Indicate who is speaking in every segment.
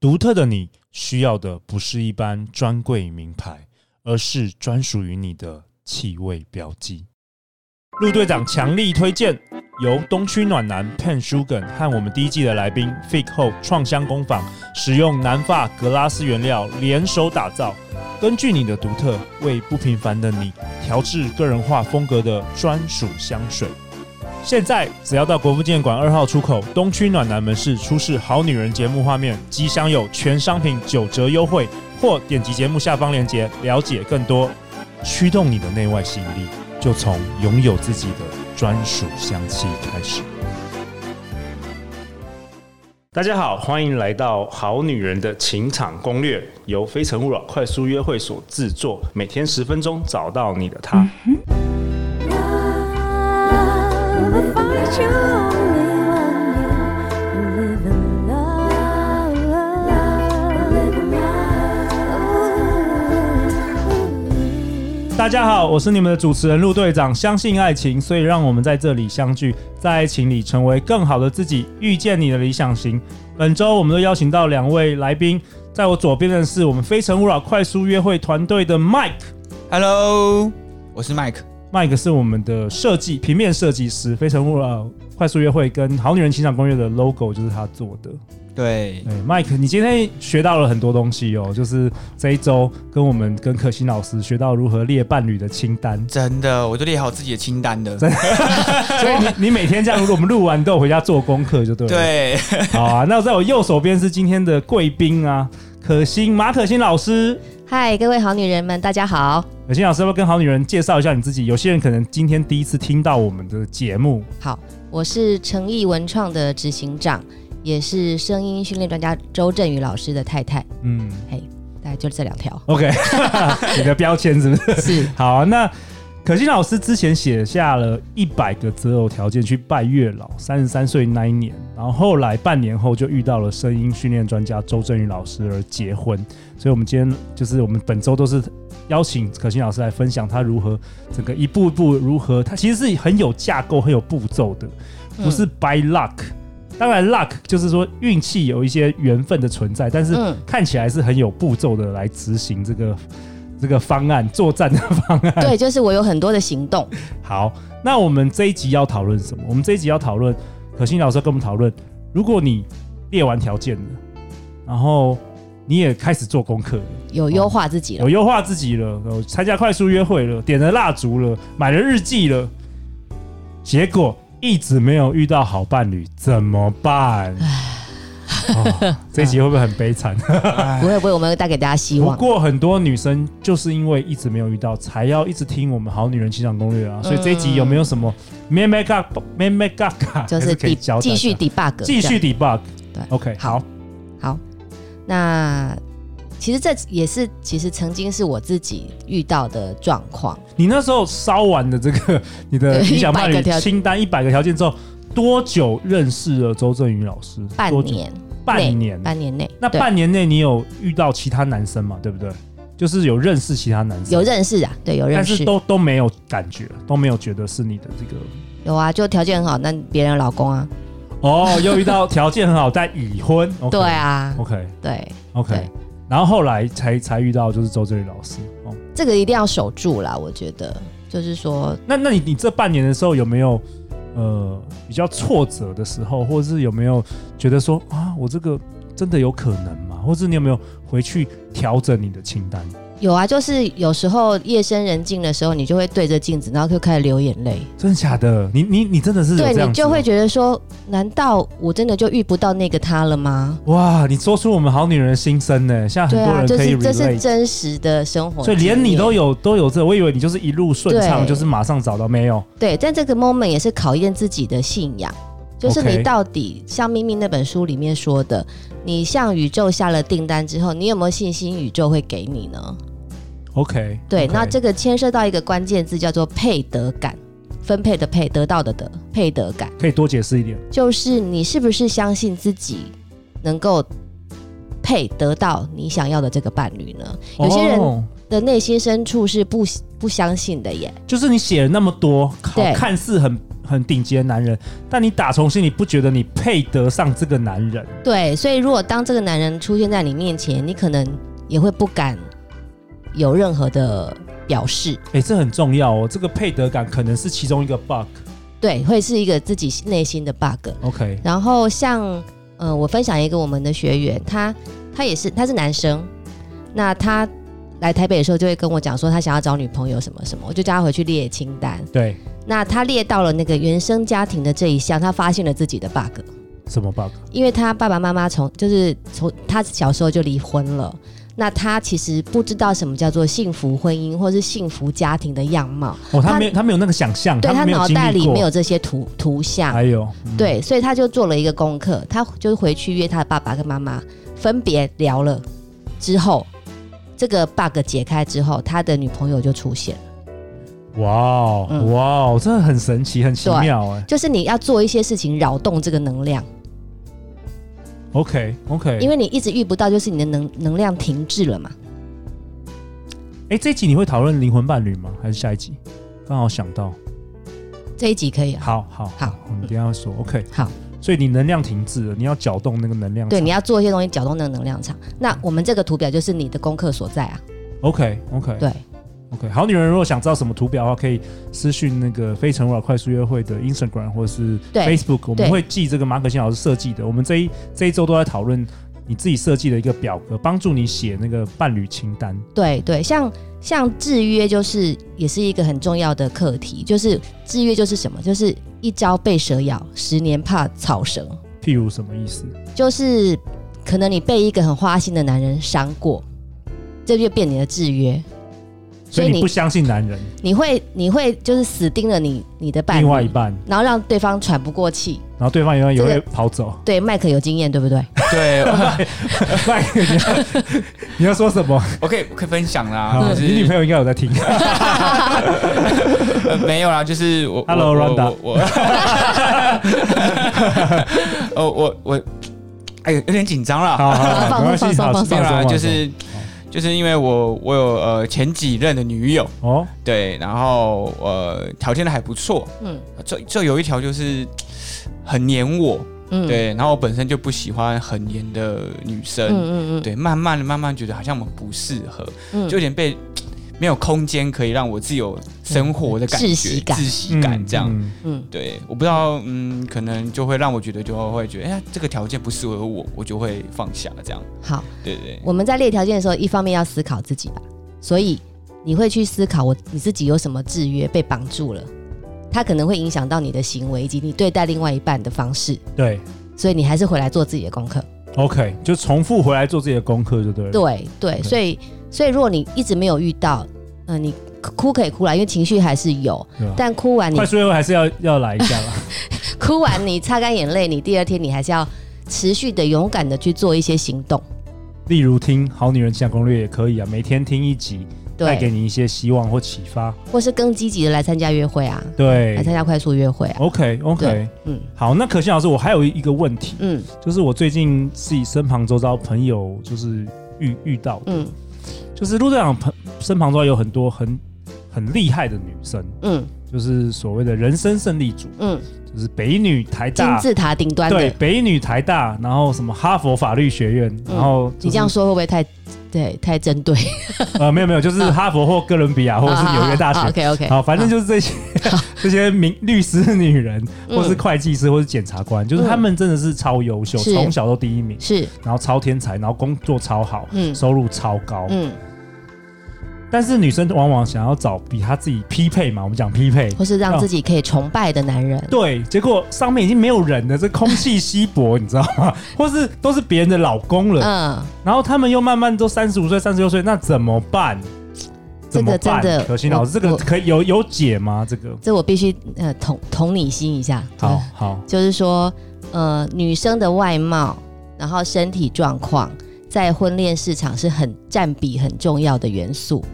Speaker 1: 独特的你需要的不是一般专柜名牌，而是专属于你的气味标记。陆队长强力推荐由东区暖男 Pen Sugan 和我们第一季的来宾 Fig 后创香工坊使用南法格拉斯原料联手打造，根据你的独特为不平凡的你调制个人化风格的专属香水。现在只要到国父纪念馆二号出口东区暖男门市出示“好女人”节目画面，即享有全商品九折优惠，或点击节目下方链接了解更多。驱动你的内外吸引力，就从拥有自己的专属香气开始。大家好，欢迎来到《好女人的情场攻略》，由非诚勿扰快速约会所制作，每天十分钟，找到你的他。
Speaker 2: Love, I find you only one you live in love, live in love.
Speaker 1: 大家好，我是你们的主持人陆队长。相信爱情，所以让我们在这里相聚，在爱情里成为更好的自己，遇见你的理想型。本周我们都邀请到两位来宾，在我左边的是我们非诚勿扰快速约会团队的 Mike。
Speaker 3: Hello，我是 Mike。
Speaker 1: Mike 是我们的设计平面设计师，非诚勿扰快速约会跟好女人情场攻略的 logo 就是他做的。
Speaker 3: 对，
Speaker 1: 对，Mike，你今天学到了很多东西哦，就是这一周跟我们跟可心老师学到如何列伴侣的清单。
Speaker 3: 真的，我就列好自己的清单的。真
Speaker 1: 所以你你每天这样，如果我们录完都有回家做功课就对了。，
Speaker 3: 对，
Speaker 1: 好啊。那在我右手边是今天的贵宾啊，可心马可心老师。
Speaker 4: 嗨，各位好女人们，大家好。
Speaker 1: 可心老师要不要跟好女人介绍一下你自己？有些人可能今天第一次听到我们的节目，
Speaker 4: 好，我是诚毅文创的执行长，也是声音训练专家周振宇老师的太太。
Speaker 1: 嗯。
Speaker 4: 嘿，大概就这两条
Speaker 1: ，OK，你 的标签是不是？
Speaker 4: 是，
Speaker 1: 好啊、那可心老师之前写下了一百个择偶条件去拜月老，三十三岁那一年，然后后来半年后就遇到了声音训练专家周振宇老师而结婚。所以，我们今天就是我们本周都是邀请可心老师来分享他如何整个一步一步如何，他其实是很有架构、很有步骤的，不是 by luck。当然，luck 就是说运气有一些缘分的存在，但是
Speaker 4: 嗯
Speaker 1: 看起来是很有步骤的来执行这个这个方案作战的方案。
Speaker 4: 对，就是我有很多的行动。
Speaker 1: 好，那我们这一集要讨论什么？我们这一集要讨论，可心老师要跟我们讨论，如果你列完条件了，然后你也开始做功课了，
Speaker 4: 有优化自己了
Speaker 1: 有，优化自己了，有参加快速约会了，点了蜡烛了，买了日记了，结果一直没有遇到好伴侣，怎么办？哦、这一集会不会很悲惨？
Speaker 4: 不会不会，我们会带给大家希
Speaker 1: 哎不
Speaker 4: 望。
Speaker 1: 过很多女生就是因为一直没有遇到，才要一直听我们《好女人情场攻略》
Speaker 4: 嗯
Speaker 1: 啊。所以这一集有没有什么 man make up man make up 啊
Speaker 4: 就
Speaker 1: 还
Speaker 4: 是
Speaker 1: 可以
Speaker 4: d
Speaker 1: 教大家
Speaker 4: 继续 debug，
Speaker 1: 继续 debug？
Speaker 4: 对
Speaker 1: ，OK，好，
Speaker 4: 好，那其实这也是其实曾经是我自己遇到的状况。
Speaker 1: 你那时候烧完的这个你的
Speaker 4: 对
Speaker 1: 理想伴侣
Speaker 4: 100个条件
Speaker 1: 清单一百个条件之后，多久认识了周振宇老师？
Speaker 4: 半
Speaker 1: 多久，
Speaker 4: 年，内
Speaker 1: 半年。
Speaker 4: 半年内，
Speaker 1: 那
Speaker 4: 对
Speaker 1: 半年内你有遇到其他男生嘛？对不对？就是有认识其他男生，
Speaker 4: 有认识啊，对，有认
Speaker 1: 但
Speaker 4: 识
Speaker 1: 是。都都没有感觉，都没有觉得是你的这个
Speaker 4: 有啊，就条件很好，那别人的老公啊，
Speaker 1: 哦，又遇到条件很好但已 婚。OK
Speaker 4: 对啊，
Speaker 1: ，OK
Speaker 4: 对，
Speaker 1: OK，
Speaker 4: 对
Speaker 1: 然后后来才才遇到就是周振宇老师哦。
Speaker 4: 这个一定要守住啦，我觉得，就是说，
Speaker 1: 那那你你这半年的时候有没有呃比较挫折的时候，或者是有没有觉得说啊我这个真的有可能吗？或者是你有没有回去调整你的清单？
Speaker 4: 有啊，就是有时候夜深人静的时候，你就会对着镜子，然后就开始流眼泪，
Speaker 1: 真的假的？你你你真的是有
Speaker 4: 对
Speaker 1: 这样
Speaker 4: 你
Speaker 1: 子
Speaker 4: 就
Speaker 1: 吗
Speaker 4: 会觉得说，难道我真的就遇不到那个他了吗？
Speaker 1: 哇，你说出我们好女人的心声呢。现在
Speaker 4: 对
Speaker 1: 很多
Speaker 4: 啊，
Speaker 1: 人
Speaker 4: 就
Speaker 1: 可以
Speaker 4: 是
Speaker 1: relate，、
Speaker 4: 这是真实的生活经
Speaker 1: 所以
Speaker 4: 验，
Speaker 1: 连你都有都有这，我以为你就是一路顺畅，
Speaker 4: 对
Speaker 1: 就是马上找到没有。
Speaker 4: 对，但这个 moment 也是考验自己的信仰，就是你
Speaker 1: OK
Speaker 4: 到底像《秘密》那本书里面说的，你向宇宙下了订单之后，你有没有信心宇宙会给你呢？
Speaker 1: OK，
Speaker 4: 对
Speaker 1: OK
Speaker 4: 那这个牵涉到一个关键字叫做配得感，分配的配，得到的得，配得感
Speaker 1: 可以多解释一点。
Speaker 4: 就是你是不是相信自己能够配得到你想要的这个伴侣呢？有些人
Speaker 1: 哦、
Speaker 4: 的内心深处是不不相信的耶，
Speaker 1: 就是你写了那么多，好
Speaker 4: 对
Speaker 1: 看似很很顶级的男人，但你打从心里不觉得你配得上这个男人。
Speaker 4: 对，所以如果当这个男人出现在你面前，你可能也会不敢有任何的表示，
Speaker 1: 哎，这很重要哦，这个配得感可能是其中一个 bug。
Speaker 4: 对，会是一个自己内心的 bug。
Speaker 1: OK，
Speaker 4: 然后像呃，我分享一个我们的学员，他他也是他是男生，那他来台北的时候就会跟我讲说他想要找女朋友什么什么，我就叫他回去列清单。
Speaker 1: 对，
Speaker 4: 那他列到了那个原生家庭的这一项，他发现了自己的 bug。
Speaker 1: 什么 bug？
Speaker 4: 因为他爸爸妈妈从就是从他小时候就离婚了，那他其实不知道什么叫做幸福婚姻或是幸福家庭的样貌，
Speaker 1: 哦，
Speaker 4: 他
Speaker 1: 他没有他没有那个想象，
Speaker 4: 对他
Speaker 1: 没有
Speaker 4: 脑
Speaker 1: 经历
Speaker 4: 袋里
Speaker 1: 过
Speaker 4: 没有这些图图像，
Speaker 1: 还有，嗯，
Speaker 4: 对，所以他就做了一个功课，他就回去约他的爸爸跟妈妈分别聊了之后，这个 bug 解开之后，他的女朋友就出现了。
Speaker 1: 哇哦，
Speaker 4: 嗯
Speaker 1: 哇哦，真的很神奇，很奇
Speaker 4: 对
Speaker 1: 妙哎。
Speaker 4: 就是你要做一些事情扰动这个能量，
Speaker 1: OK，OK，
Speaker 4: 因为你一直遇不到，就是你的能能量停滞了嘛。
Speaker 1: 哎，这一集你会讨论灵魂伴侣吗？还是下一集？刚好想到，
Speaker 4: 这一集可以啊，
Speaker 1: 好好
Speaker 4: 好
Speaker 1: 我们等一下说。OK，
Speaker 4: 好。
Speaker 1: 所以你能量停滞了，你要搅动那个能量场。
Speaker 4: 对，你要做一些东西搅动那个能量场。那我们这个图表就是你的功课所在啊。
Speaker 1: OK OK
Speaker 4: 对，
Speaker 1: OK，好女人如果想知道什么图表的话，可以私讯那个非诚勿扰快速约会的 Instagram 或者是
Speaker 4: 对
Speaker 1: Facebook，我们
Speaker 4: 对
Speaker 1: 会记这个马可欣老师设计的。我们这一这一周都在讨论你自己设计的一个表格，帮助你写那个伴侣清单。
Speaker 4: 对对，像像制约就是也是一个很重要的课题，就是制约就是什么？就是一朝被蛇咬，十年怕草绳。
Speaker 1: 譬如什么意思？
Speaker 4: 就是可能你被一个很花心的男人伤过，这就变你的制约。
Speaker 1: 所
Speaker 4: 所以
Speaker 1: 以
Speaker 4: 你
Speaker 1: 你不相信男人，
Speaker 4: 你会你会就是死盯了你你的伴侣，
Speaker 1: 另外一半，
Speaker 4: 然后让对方喘不过气。
Speaker 1: 然后对方永远也
Speaker 4: 这
Speaker 1: 会
Speaker 4: 个
Speaker 1: 跑走。
Speaker 4: 对，麦克有经验，对不对？
Speaker 3: 对
Speaker 1: 麦克你要 你要说什么？
Speaker 3: 我可以啊我可以分享啦，
Speaker 1: 好
Speaker 3: 就是
Speaker 1: 你女朋友应该有在听。
Speaker 3: 呃没有啦，就是我
Speaker 1: Hello,
Speaker 3: 我
Speaker 1: Rhonda
Speaker 3: 我我，哦我 我，哎有点紧张啦，
Speaker 1: 好好，好
Speaker 4: 啊放
Speaker 1: 没关系，
Speaker 4: 松
Speaker 1: 好
Speaker 4: 放
Speaker 1: 放松
Speaker 4: 松
Speaker 3: 啊没有啦，
Speaker 1: 放松
Speaker 3: 就是就是因为我我有呃前几任的女友，
Speaker 1: 哦，
Speaker 3: 对，然后呃条件的还不错，
Speaker 4: 嗯
Speaker 3: 这这有一条就是很黏我，
Speaker 4: 嗯，
Speaker 3: 对，然后我本身就不喜欢很黏的女生，
Speaker 4: 嗯，嗯嗯嗯，
Speaker 3: 对，慢慢的慢慢觉得好像我们不适合，
Speaker 4: 嗯
Speaker 3: 就有点被没有空间可以让我自由生活的感觉，
Speaker 4: 窒息感
Speaker 3: 窒息感
Speaker 1: 嗯
Speaker 3: 这样。
Speaker 1: 嗯
Speaker 4: 嗯
Speaker 3: 对，我不知道，嗯，可能就会让我觉得，就会觉得，哎、呀，这个条件不适合我，我就会放下这样。
Speaker 4: 好。
Speaker 3: 对对对，
Speaker 4: 我们在列条件的时候，一方面要思考自己吧，所以你会去思考我你自己有什么制约被绑住了，它可能会影响到你的行为以及你对待另外一半的方式，
Speaker 1: 对
Speaker 4: 所以你还是回来做自己的功课。
Speaker 1: ，OK，就重复回来做自己的功课就对了。
Speaker 4: 对对，
Speaker 1: 对
Speaker 4: 所以所以如果你一直没有遇到，嗯、你哭可以哭啦，因为情绪还是有
Speaker 1: 对啊，
Speaker 4: 但哭完你
Speaker 1: 快速约会还是要要来一下啦。
Speaker 4: 哭完你擦干眼泪，你第二天你还是要持续的勇敢的去做一些行动。
Speaker 1: 例如听《好女人情感攻略》也可以啊，每天听一集，带给
Speaker 4: 对，
Speaker 1: 你一些希望或启发。
Speaker 4: 或是更积极的来参加约会啊，来
Speaker 1: 对
Speaker 4: 参加快速约会啊，
Speaker 1: ，OK OK，
Speaker 4: 对嗯
Speaker 1: 好，那可心老师，我还有一个问题，
Speaker 4: 嗯
Speaker 1: 就是我最近自己身旁周遭朋友就是遇遇到的，
Speaker 4: 嗯
Speaker 1: 就是陆队长朋身旁周遭有很多很很厉害的女生，
Speaker 4: 嗯
Speaker 1: 就是所谓的人生胜利组，
Speaker 4: 嗯，
Speaker 1: 就是北女台
Speaker 4: 金
Speaker 1: 大。
Speaker 4: 字塔顶端
Speaker 1: 对，
Speaker 4: 的。
Speaker 1: 北女台大，然后什么哈佛法律学院，
Speaker 4: 嗯
Speaker 1: 然后就是
Speaker 4: 你这样说会不会太对太针对？
Speaker 1: 呃没有没有，就是
Speaker 4: 啊
Speaker 1: 哈佛或哥伦比 亚或者是纽约大 学
Speaker 4: OK OK，
Speaker 1: 好，反正就是这些 这些名律师、女人，或是会计师，或是检察官，就是他们真的是超优秀，
Speaker 4: 是
Speaker 1: 从小都第一名，
Speaker 4: 是
Speaker 1: 然后超天才，然后工作超好，
Speaker 4: 嗯
Speaker 1: 收入超高。
Speaker 4: 嗯，
Speaker 1: 但是女生往往想要找比她自己匹配嘛，我们讲匹配，
Speaker 4: 或是让自己可以崇拜的男人。
Speaker 1: 对，结果上面已经没有人了，这空气稀薄，你知道吗？或是都是别人的老公了，
Speaker 4: 嗯，
Speaker 1: 然后他们又慢慢都三十五岁、三十六岁，那怎么办？
Speaker 4: 这
Speaker 1: 怎
Speaker 4: 个
Speaker 1: 么
Speaker 4: 真
Speaker 1: 办？
Speaker 4: 的
Speaker 1: 可心老师，
Speaker 4: 我
Speaker 1: 这个
Speaker 4: 我
Speaker 1: 可以有有解吗？这个
Speaker 4: 这我必须呃同同理心一下。嗯
Speaker 1: 好好，
Speaker 4: 就是说，呃，女生的外貌，然后身体状况，在婚恋市场是很占比很重要的元素，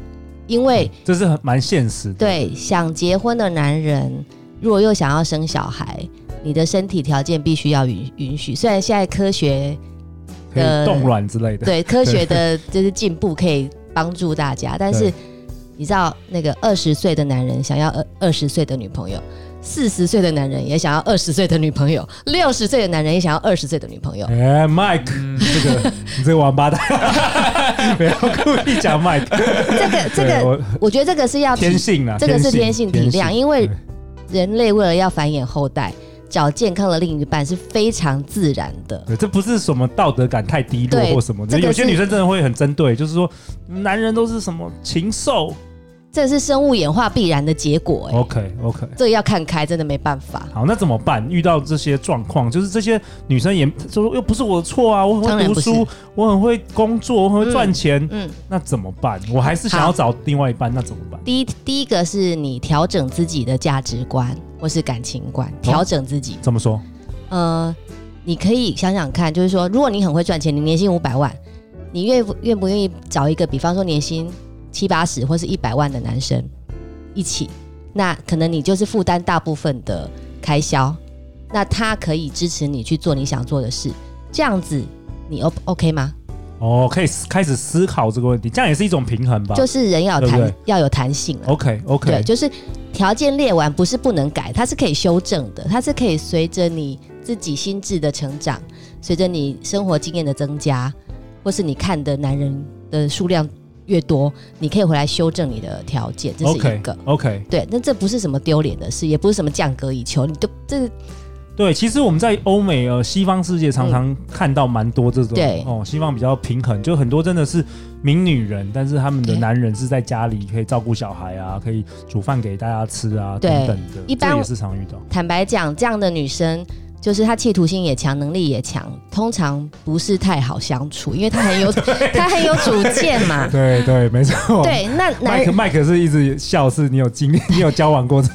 Speaker 4: 因为
Speaker 1: 这是很蛮现实的。
Speaker 4: 对想结婚的男人，如果又想要生小孩，你的身体条件必须要允允许。虽然现在科学
Speaker 1: 可以冻卵之类的。
Speaker 4: 呃对科学的就是进步可以帮助大家，但是
Speaker 1: 对
Speaker 4: 呃你知道那个二十岁的男人想要二二十岁的女朋友，四十岁的男人也想要二十岁的女朋友，六十岁的男人也想要二十岁的女朋友。
Speaker 1: 哎、m i k e 这个你这个王八蛋，不要故意讲 Mike，
Speaker 4: 这个这
Speaker 1: 对
Speaker 4: 个，
Speaker 1: 我
Speaker 4: 我觉得这个是要体
Speaker 1: 天性啊，
Speaker 4: 这个是天性体谅，因为
Speaker 1: 对
Speaker 4: 人类为了要繁衍后代，找健康的另一半是非常自然的。
Speaker 1: 对，这不是什么道德感太低落
Speaker 4: 对
Speaker 1: 或什么，
Speaker 4: 这个
Speaker 1: 有些
Speaker 4: 是
Speaker 1: 女生真的会很针对，就是说男人都是什么禽兽。
Speaker 4: 这是生物演化必然的结果、哎、
Speaker 1: OK OK，
Speaker 4: 这要看开，真的没办法。
Speaker 1: 好，那怎么办？遇到这些状况，就是这些女生也就说又不是我的错啊，我很
Speaker 4: 当
Speaker 1: 会
Speaker 4: 然
Speaker 1: 读
Speaker 4: 不是
Speaker 1: 书，我很会工作，我很会赚钱，
Speaker 4: 嗯，
Speaker 1: 那怎么办？我还是想要
Speaker 4: 好
Speaker 1: 找另外一半，那怎么办？
Speaker 4: 第一第一个是你调整自己的价值观或是感情观，调整自己。
Speaker 1: 怎么说？
Speaker 4: 呃，你可以想想看，就是说，如果你很会赚钱，你年薪五百万，你愿不愿不愿意找一个，比方说年薪七八十或是一百万的男生一起？那可能你就是负担大部分的开销，那他可以支持你去做你想做的事，这样子你 O OK 吗？
Speaker 1: 哦，可以思开始思考这个问题，这样也是一种平衡吧？
Speaker 4: 就是人要有弹
Speaker 1: 对不对
Speaker 4: 要有弹性了。
Speaker 1: OK
Speaker 4: 对，
Speaker 1: OK，
Speaker 4: 就是条件列完不是不能改，它是可以修正的，它是可以随着你自己心智的成长，随着你生活经验的增加，或是你看的男人的数量越多，你可以回来修正你的条件，这是
Speaker 1: OK
Speaker 4: 一个。
Speaker 1: OK，
Speaker 4: 对，那这不是什么丢脸的事，也不是什么降格以求，你都这
Speaker 1: 对，其实我们在欧美呃西方世界常常看到蛮多这种，
Speaker 4: 嗯对嗯
Speaker 1: 哦，西方比较平衡，就很多真的是名女人，但是他们的
Speaker 4: 对
Speaker 1: 男人是在家里可以照顾小孩啊，可以煮饭给大家吃啊，
Speaker 4: 对
Speaker 1: 等等的，
Speaker 4: 一般
Speaker 1: 这也是常遇到。
Speaker 4: 坦白讲，这样的女生就是她企图心也强，能力也强，通常不是太好相处，因为她很有 她很有主见嘛。
Speaker 1: 对对，没错。
Speaker 4: 对，那男
Speaker 1: 麦克
Speaker 4: 人
Speaker 1: 麦克是一直笑，是你有经历， 你有交往过这，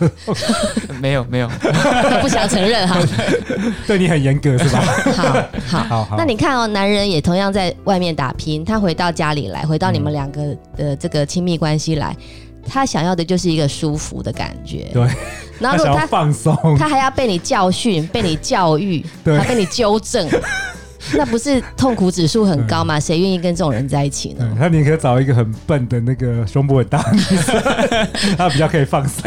Speaker 3: 没有没有，
Speaker 4: 不想承 认哈。
Speaker 1: 对你很严格是 吧？
Speaker 4: 好好，
Speaker 1: 好好，
Speaker 4: 那你看哦，男人也同样在外面打拼，他回到家里来，回到你们
Speaker 1: 嗯
Speaker 4: 两个的这个亲密关系来，他想要的就是一个舒服的感觉。
Speaker 1: 对，他
Speaker 4: 然后如
Speaker 1: 想
Speaker 4: 果
Speaker 1: 要
Speaker 4: 他
Speaker 1: 放松，
Speaker 4: 他还要被你教训、被你教育，
Speaker 1: 对
Speaker 4: 还被你纠 正，那不是痛苦指数很高吗？谁愿意跟这种人在一起
Speaker 1: 对
Speaker 4: 呢？
Speaker 1: 他宁可找一个很笨的那个胸部很大的女生， 他比较可以放松。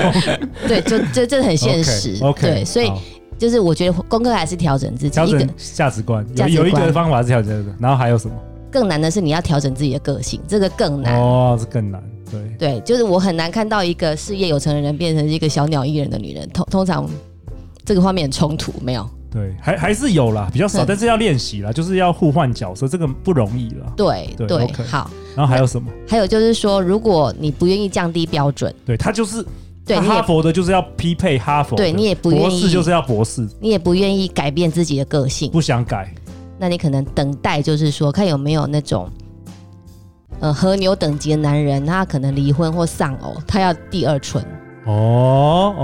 Speaker 4: 对，就这这很 现实。
Speaker 1: OK，,
Speaker 4: 对，所以
Speaker 1: 好
Speaker 4: 就是我觉得功课还是调整自己。
Speaker 1: 调
Speaker 4: 一个
Speaker 1: 整价值观，有
Speaker 4: 价值
Speaker 1: 有一个
Speaker 4: 观
Speaker 1: 方法是调整价值观，然后还有什么？
Speaker 4: 更难的是你要调整自己的个性，这个更难。
Speaker 1: 哦，这更难。对，
Speaker 4: 对，就是我很难看到一个事业有成的人变成一个小鸟依人的女人，通通常这个画面很冲突，没有。
Speaker 1: 对，还还是有啦，比较少，
Speaker 4: 嗯
Speaker 1: 但是要练习啦，就是要互换角色，这个不容易啦。
Speaker 4: 对
Speaker 1: 对
Speaker 4: 对
Speaker 1: OK
Speaker 4: 好，
Speaker 1: 然后还有什么？
Speaker 4: 还有就是说，如果你不愿意降低标准，
Speaker 1: 对他就是
Speaker 4: 对
Speaker 1: 他啊
Speaker 4: 你
Speaker 1: 哈
Speaker 4: 也
Speaker 1: 佛的，就是要匹配哈佛的，
Speaker 4: 对你也不愿
Speaker 1: 博
Speaker 4: 意
Speaker 1: 士就是要博士，
Speaker 4: 你也不愿意改变自己的个性，
Speaker 1: 不想改。
Speaker 4: 那你可能等待就是说，看有没有那种。呃，和牛等级的男人，他可能离婚或丧偶，他要第二春，
Speaker 1: 哦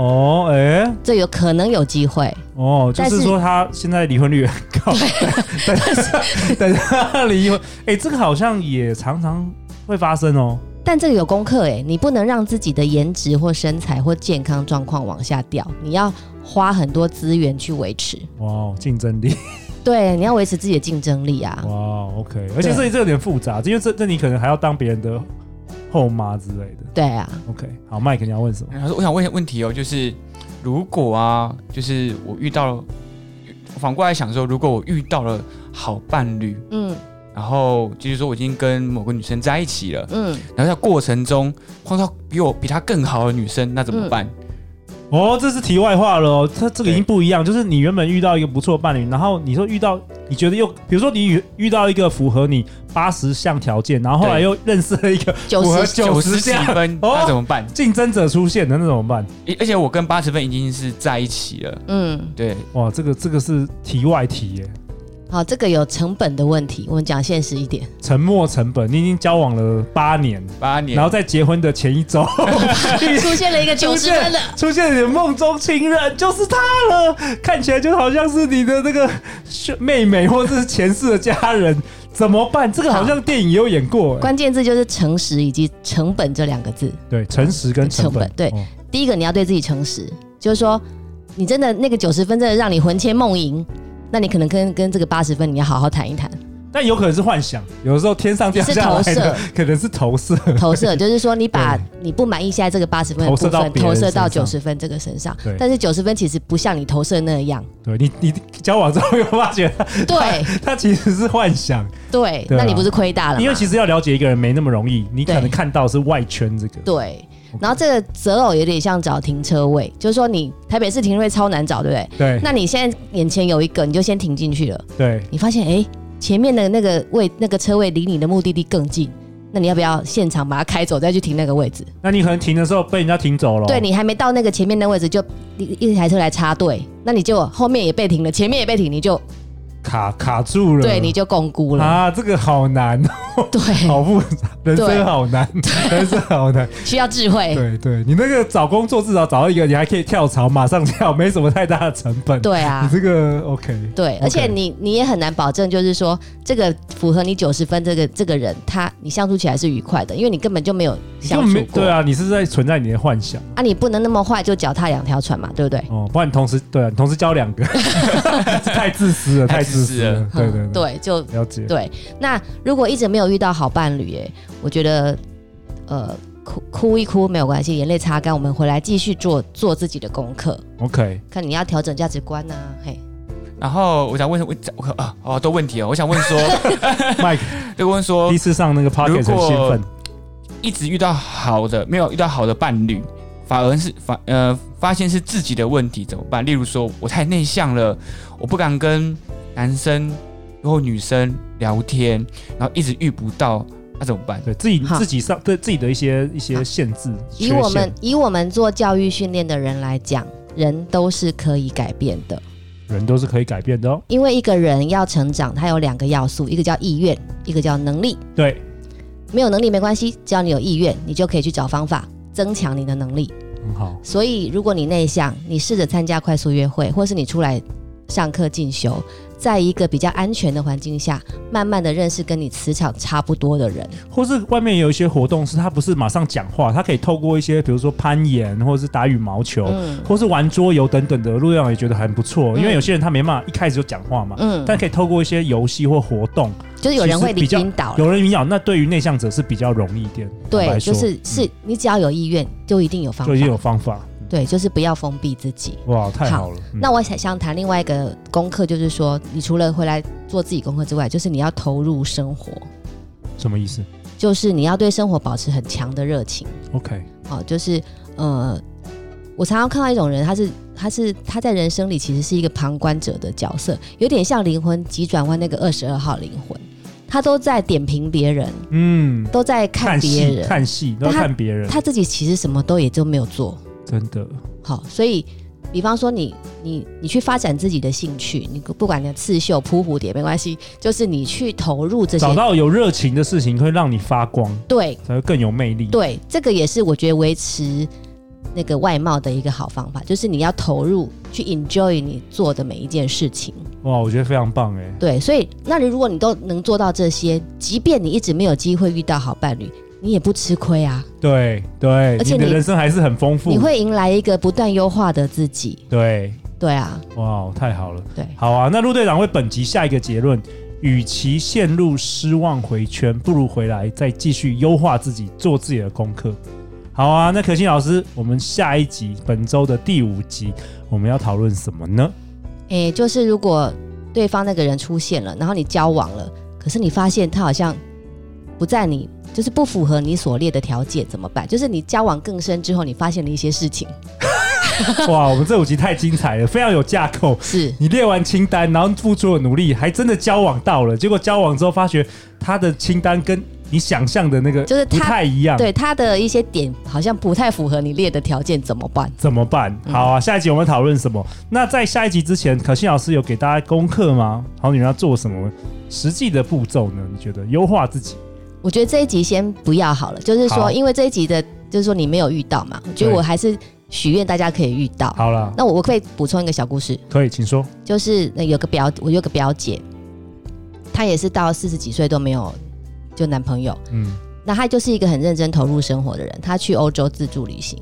Speaker 1: 哦，哎、
Speaker 4: 这有可能有机会。
Speaker 1: 哦，就
Speaker 4: 但
Speaker 1: 是
Speaker 4: 是
Speaker 1: 说他现在离婚率很高， 但是但是他离婚，哎、这个好像也常常会发生哦。
Speaker 4: 但这个有功课哎，你不能让自己的颜值或身材或健康状况往下掉，你要花很多资源去维持。
Speaker 1: 哇哦，竞争力。
Speaker 4: 对，你要维持自己的竞争力啊。
Speaker 1: 哇，OK，而且这这有点复杂，因为这这你可能还要当别人的后妈之类的。
Speaker 4: 对啊，
Speaker 1: OK，好，麦克你要问什么？
Speaker 3: 然后我想问一个问题哦，就是如果啊，就是我遇到了，反过来想说，如果我遇到了好伴侣，
Speaker 4: 嗯
Speaker 3: 然后就是说我已经跟某个女生在一起了，
Speaker 4: 嗯，
Speaker 3: 然后在过程中碰到比我比她更好的女生，那怎么办？
Speaker 1: 哦，这是题外话了哦，它这个已经不一样，就是你原本遇到一个不错的伴侣，然后你说遇到你觉得又，比如说你遇遇到一个符合你八十项条件，然后后来
Speaker 3: 对
Speaker 1: 又认识了一个
Speaker 4: 九
Speaker 1: 符合
Speaker 4: 十
Speaker 1: 九十
Speaker 3: 十几
Speaker 1: 项
Speaker 3: 分，
Speaker 1: 哦
Speaker 3: 那怎么办？
Speaker 1: 竞争者出现的，那怎么办？
Speaker 3: 诶而且我跟八十分已经是在一起了，
Speaker 4: 嗯，
Speaker 3: 对，
Speaker 1: 哇，这个这个是题外题耶，
Speaker 4: 好，这个有成本的问题，我们讲现实一 点。
Speaker 1: 沉没成本，你已经交往了八年，
Speaker 3: 八年，
Speaker 1: 然后在结婚的前一周
Speaker 4: 出现了一个九十分的，
Speaker 1: 出现你的梦中情人就是他了，看起来就好像是你的那个妹妹或者是前世的家人，怎么办？这个好像电影也有演过、欸
Speaker 4: 关键字就是诚实以及成本这两个字。
Speaker 1: 对，诚实跟成本，
Speaker 4: 成本对
Speaker 1: 哦
Speaker 4: 第一个，你要对自己诚实，就是说，你真的那个九十分真的让你魂牵梦萦，那你可能跟跟这个八十分你要好好谈一谈。
Speaker 1: 但有可能是幻想，有时候天上掉
Speaker 4: 是
Speaker 1: 下
Speaker 4: 投
Speaker 1: 来的
Speaker 4: 射，
Speaker 1: 可能是投射。
Speaker 4: 投射就是说你把你不满意现在这个八十分的部
Speaker 1: 投射到
Speaker 4: 分
Speaker 1: 别人
Speaker 4: 投射到
Speaker 1: 身
Speaker 4: 九
Speaker 1: 上
Speaker 4: 十分这个身上
Speaker 1: 对，
Speaker 4: 但是九十分其实不像你投射 那样，
Speaker 1: 对你，你交往之后有发觉他，
Speaker 4: 对
Speaker 1: 他其实是幻想，
Speaker 4: 对，
Speaker 1: 对啊
Speaker 4: 那你不是亏大了吗？
Speaker 1: 因为其实要了解一个人没那么容易，你可能
Speaker 4: 嗯对
Speaker 1: 看到是外圈这个。
Speaker 4: 对。然后这个择偶有点像找停车位，就是说你台北市停车位超难找，对不对？
Speaker 1: 对
Speaker 4: 那你现在眼前有一个，你就先停进去了。
Speaker 1: 对
Speaker 4: 你发现哎、诶前面的那个位那个车位离你的目的地更近，那你要不要现场把它开走，再去停那个位置？
Speaker 1: 那你可能停的时候被人家停走了。
Speaker 4: 对你还没到那个前面的位置，就一一台车来插队，那你就后面也被停了，前面也被停，你就
Speaker 1: 卡卡住了。
Speaker 4: 对你就共估了，
Speaker 1: 啊，哦这个好难，
Speaker 4: 对，
Speaker 1: 好复杂，人生
Speaker 4: 对哎
Speaker 1: 好难，人生好难。
Speaker 4: 需要智慧，
Speaker 1: 对对，你那个找工作至少找到一个，你还可以跳槽，马上跳，没什么太大的成本。
Speaker 4: 对
Speaker 1: 你
Speaker 4: 啊。
Speaker 1: 这个 OK，
Speaker 4: 对，而且你你也很难保证，就是说这个符合你九十分这个这个人，他你相处起来是愉快的，因为你根本就没有相
Speaker 1: 你
Speaker 4: 处
Speaker 1: 就没
Speaker 4: 过
Speaker 1: 对啊，你是在存在你的幻想
Speaker 4: 啊你不能那么坏就脚踏两条船嘛，对不对？
Speaker 1: 哦，不然你同时对啊，你同时交 两个，太自私了，太
Speaker 3: 太
Speaker 1: 自
Speaker 3: 自
Speaker 1: 私
Speaker 3: 私
Speaker 1: 了
Speaker 3: 了。
Speaker 1: 对对
Speaker 4: 嗯，对，就
Speaker 1: 了解。
Speaker 4: 对，那如果一直没有遇到好伴侣，哎，我觉得，呃，哭哭一哭没有关系，眼泪擦干，我们回来继续做做自己的功课，
Speaker 1: OK，
Speaker 4: 看你要调整价值观呐、嘿，
Speaker 3: 然后我想问问我啊好多问题哦，我想问 说，
Speaker 1: Mike
Speaker 3: 就问说
Speaker 1: 第一，次上那个 p o c k e t 很
Speaker 3: 如果
Speaker 1: 兴奋，
Speaker 3: 一直遇到好的，没有遇到好的伴侣，反而是反呃发现是自己的问题怎么办？例如说我太内向了，我不敢跟男生或女生聊天，然后一直遇不到，那怎么办？
Speaker 1: 对自己
Speaker 4: 好
Speaker 1: 自己上对自己的一些一些限制缺
Speaker 4: 以我们
Speaker 1: 陷，
Speaker 4: 以我们做教育训练的人来讲，人都是可以改变的，
Speaker 1: 人都是可以改变的哦。
Speaker 4: 因为一个人要成长，他有两个要素，一个叫意愿，一个叫能力。
Speaker 1: 对，
Speaker 4: 没有能力没关系，只要你有意愿，你就可以去找方法增强你的能力。
Speaker 1: 很好，
Speaker 4: 所以，如果你内向，你试着参加快速约会，或是你出来上课进修，在一个比较安全的环境下，慢慢的认识跟你磁场差不多的人。
Speaker 1: 或是外面有一些活动是他不是马上讲话，他可以透过一些比如说攀岩或者是打羽毛球。
Speaker 4: 嗯
Speaker 1: 或是玩桌游等等的，陆队长也觉得很不错，因为
Speaker 4: 嗯
Speaker 1: 有些人他没办法一开始就讲话嘛，
Speaker 4: 嗯，
Speaker 1: 但可以透过一些游戏或活动，
Speaker 4: 就是有人会
Speaker 1: 其
Speaker 4: 领
Speaker 1: 实比较
Speaker 4: 引导啦，
Speaker 1: 有人引导，那对于内向者是比较容易一点。坦白
Speaker 4: 嗯对，
Speaker 1: 说嗯
Speaker 4: 就是是你只要有意愿，就一定有方
Speaker 1: 就已经有
Speaker 4: 法。
Speaker 1: 方法。
Speaker 4: 对，就是不要封闭自己。
Speaker 1: 哇，太好了！嗯
Speaker 4: 那我想想谈另外一个功课，就是说，你除了回来做自己功课之外，就是你要投入生活，
Speaker 1: 什么意思
Speaker 4: 就是你要对生活保持很强的热情。
Speaker 1: ？OK，
Speaker 4: 哦，就是呃，我常常看到一种人，他是他是他在人生里其实是一个旁观者的角色，有点像《灵魂急转弯》那个二十二号灵魂，他都在点评别人，
Speaker 1: 嗯，
Speaker 4: 都在看别
Speaker 1: 戏，
Speaker 4: 人，
Speaker 1: 看戏，都
Speaker 4: 但他
Speaker 1: 看别人，
Speaker 4: 他自己其实什么都也就没有做
Speaker 1: 真的
Speaker 4: 好、所以。比方说你你你去发展自己的兴趣，你不管你的刺绣、扑蝴蝶没关系，就是你去投入这些
Speaker 1: 找，到有热情的事情，会让你发光，
Speaker 4: 对
Speaker 1: 才会更有魅力。
Speaker 4: 对，这个也是我觉得维持那个外貌的一个好方法，就是你要投入去 enjoy 你做的每一件事情。
Speaker 1: 哇，我觉得非常棒哎！
Speaker 4: 对，所以那你如果你都能做到这些，即便你一直没有机会遇到好伴侣，你也不吃亏啊，
Speaker 1: 对对，
Speaker 4: 而且
Speaker 1: 你的
Speaker 4: 你
Speaker 1: 人生还是很丰富。
Speaker 4: 你会迎来一个不断优化的自己。
Speaker 1: 对，
Speaker 4: 对啊，
Speaker 1: 哇，太好了！
Speaker 4: 对，
Speaker 1: 好啊，那陆队长为本集下一个结论：与其陷入失望回圈，不如回来再继续优化自己，做自己的功课。好啊，那可心老师，我们下一集本周的第五集，我们要讨论什么 呢？
Speaker 4: 诶，就是如果对方那个人出现了，然后你交往了，可是你发现他好像不在你，就是不符合你所列的条件，怎么办？就是你交往更深之后，你发现了一些事情，
Speaker 1: 哇，我们这五集太精彩了，非常有架构。
Speaker 4: 是
Speaker 1: 你列完清单，然后付出了努力，还真的交往到了。结果交往之后，发觉他的清单跟你想象的那个
Speaker 4: 就是
Speaker 1: 不
Speaker 4: 他
Speaker 1: 太一样，
Speaker 4: 对他的一些点好像不太符合你列的条件，怎么办？
Speaker 1: 怎么办？
Speaker 4: 嗯
Speaker 1: 好啊，下一集我们讨论什么？那在下一集之前，可心老师有给大家功课吗？好女人要做什么实际的步骤呢？你觉得优化自己？
Speaker 4: 我觉得这一集先不要好了，就是
Speaker 1: 好
Speaker 4: 说，因为这一集的，就是说你没有遇到嘛，我觉得
Speaker 1: 对
Speaker 4: 我还是许愿大家可以遇到。
Speaker 1: 好了，
Speaker 4: 那我我可以补充一个小故事，
Speaker 1: 可以，请说。
Speaker 4: 就是呃那有个表，我有个表姐，她也是到四十几岁都没有就男朋友，
Speaker 1: 嗯，
Speaker 4: 那她就是一个很认真投入生活的人。她去欧洲自助旅行，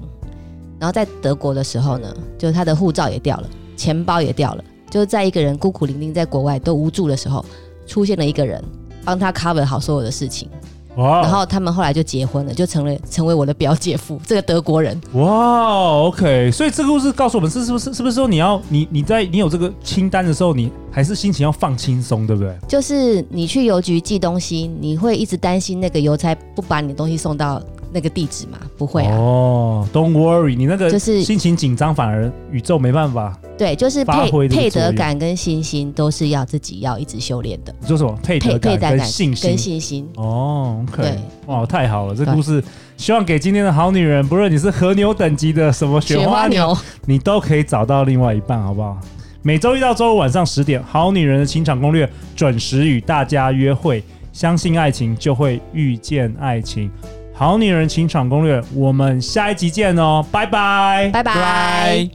Speaker 4: 然后在德国的时候呢，就是她的护照也掉了，钱包也掉了，就是在一个人孤苦伶仃在国外都无助的时候，出现了一个人，帮他 cover 好所有的事情，
Speaker 1: 哇
Speaker 4: 然后他们后来就结婚了，就成了成为我的表姐夫，这个德国人。
Speaker 1: 哇，OK，所以这个故事告诉我们是是不是是不是说你要你你在你有这个清单的时候，你还是心情要放轻松，对不对？
Speaker 4: 就是你去邮局寄东西，你会一直担心那个邮差不把你的东西送到那个地址吗？不会啊，
Speaker 1: 哦，Don't worry，你那个
Speaker 4: 就是
Speaker 1: 心情紧张，反而宇宙没办法。
Speaker 4: 对，就是
Speaker 1: 发
Speaker 4: 配
Speaker 1: 挥这个
Speaker 4: 配
Speaker 1: 作
Speaker 4: 得
Speaker 1: 用
Speaker 4: 感跟信心都是要自己要一直修炼的，
Speaker 1: 你说什么配得
Speaker 4: 配配
Speaker 1: 感跟
Speaker 4: 得感
Speaker 1: 信
Speaker 4: 跟
Speaker 1: 心？
Speaker 4: 信心。
Speaker 1: 哦，OK，
Speaker 4: 对
Speaker 1: 哇，太好了，这
Speaker 4: 对
Speaker 1: 故事希望给今天的好女人，不论你是和牛等级的什么雪花牛，，你都可以找到另外一半，好不好？每周一到周五晚上十点，《好女人的情场攻略》准时与大家约会。相信爱情，就会遇见爱情。好女人情场攻略，我们下一集见哦，拜拜。
Speaker 4: 拜拜。
Speaker 3: 拜。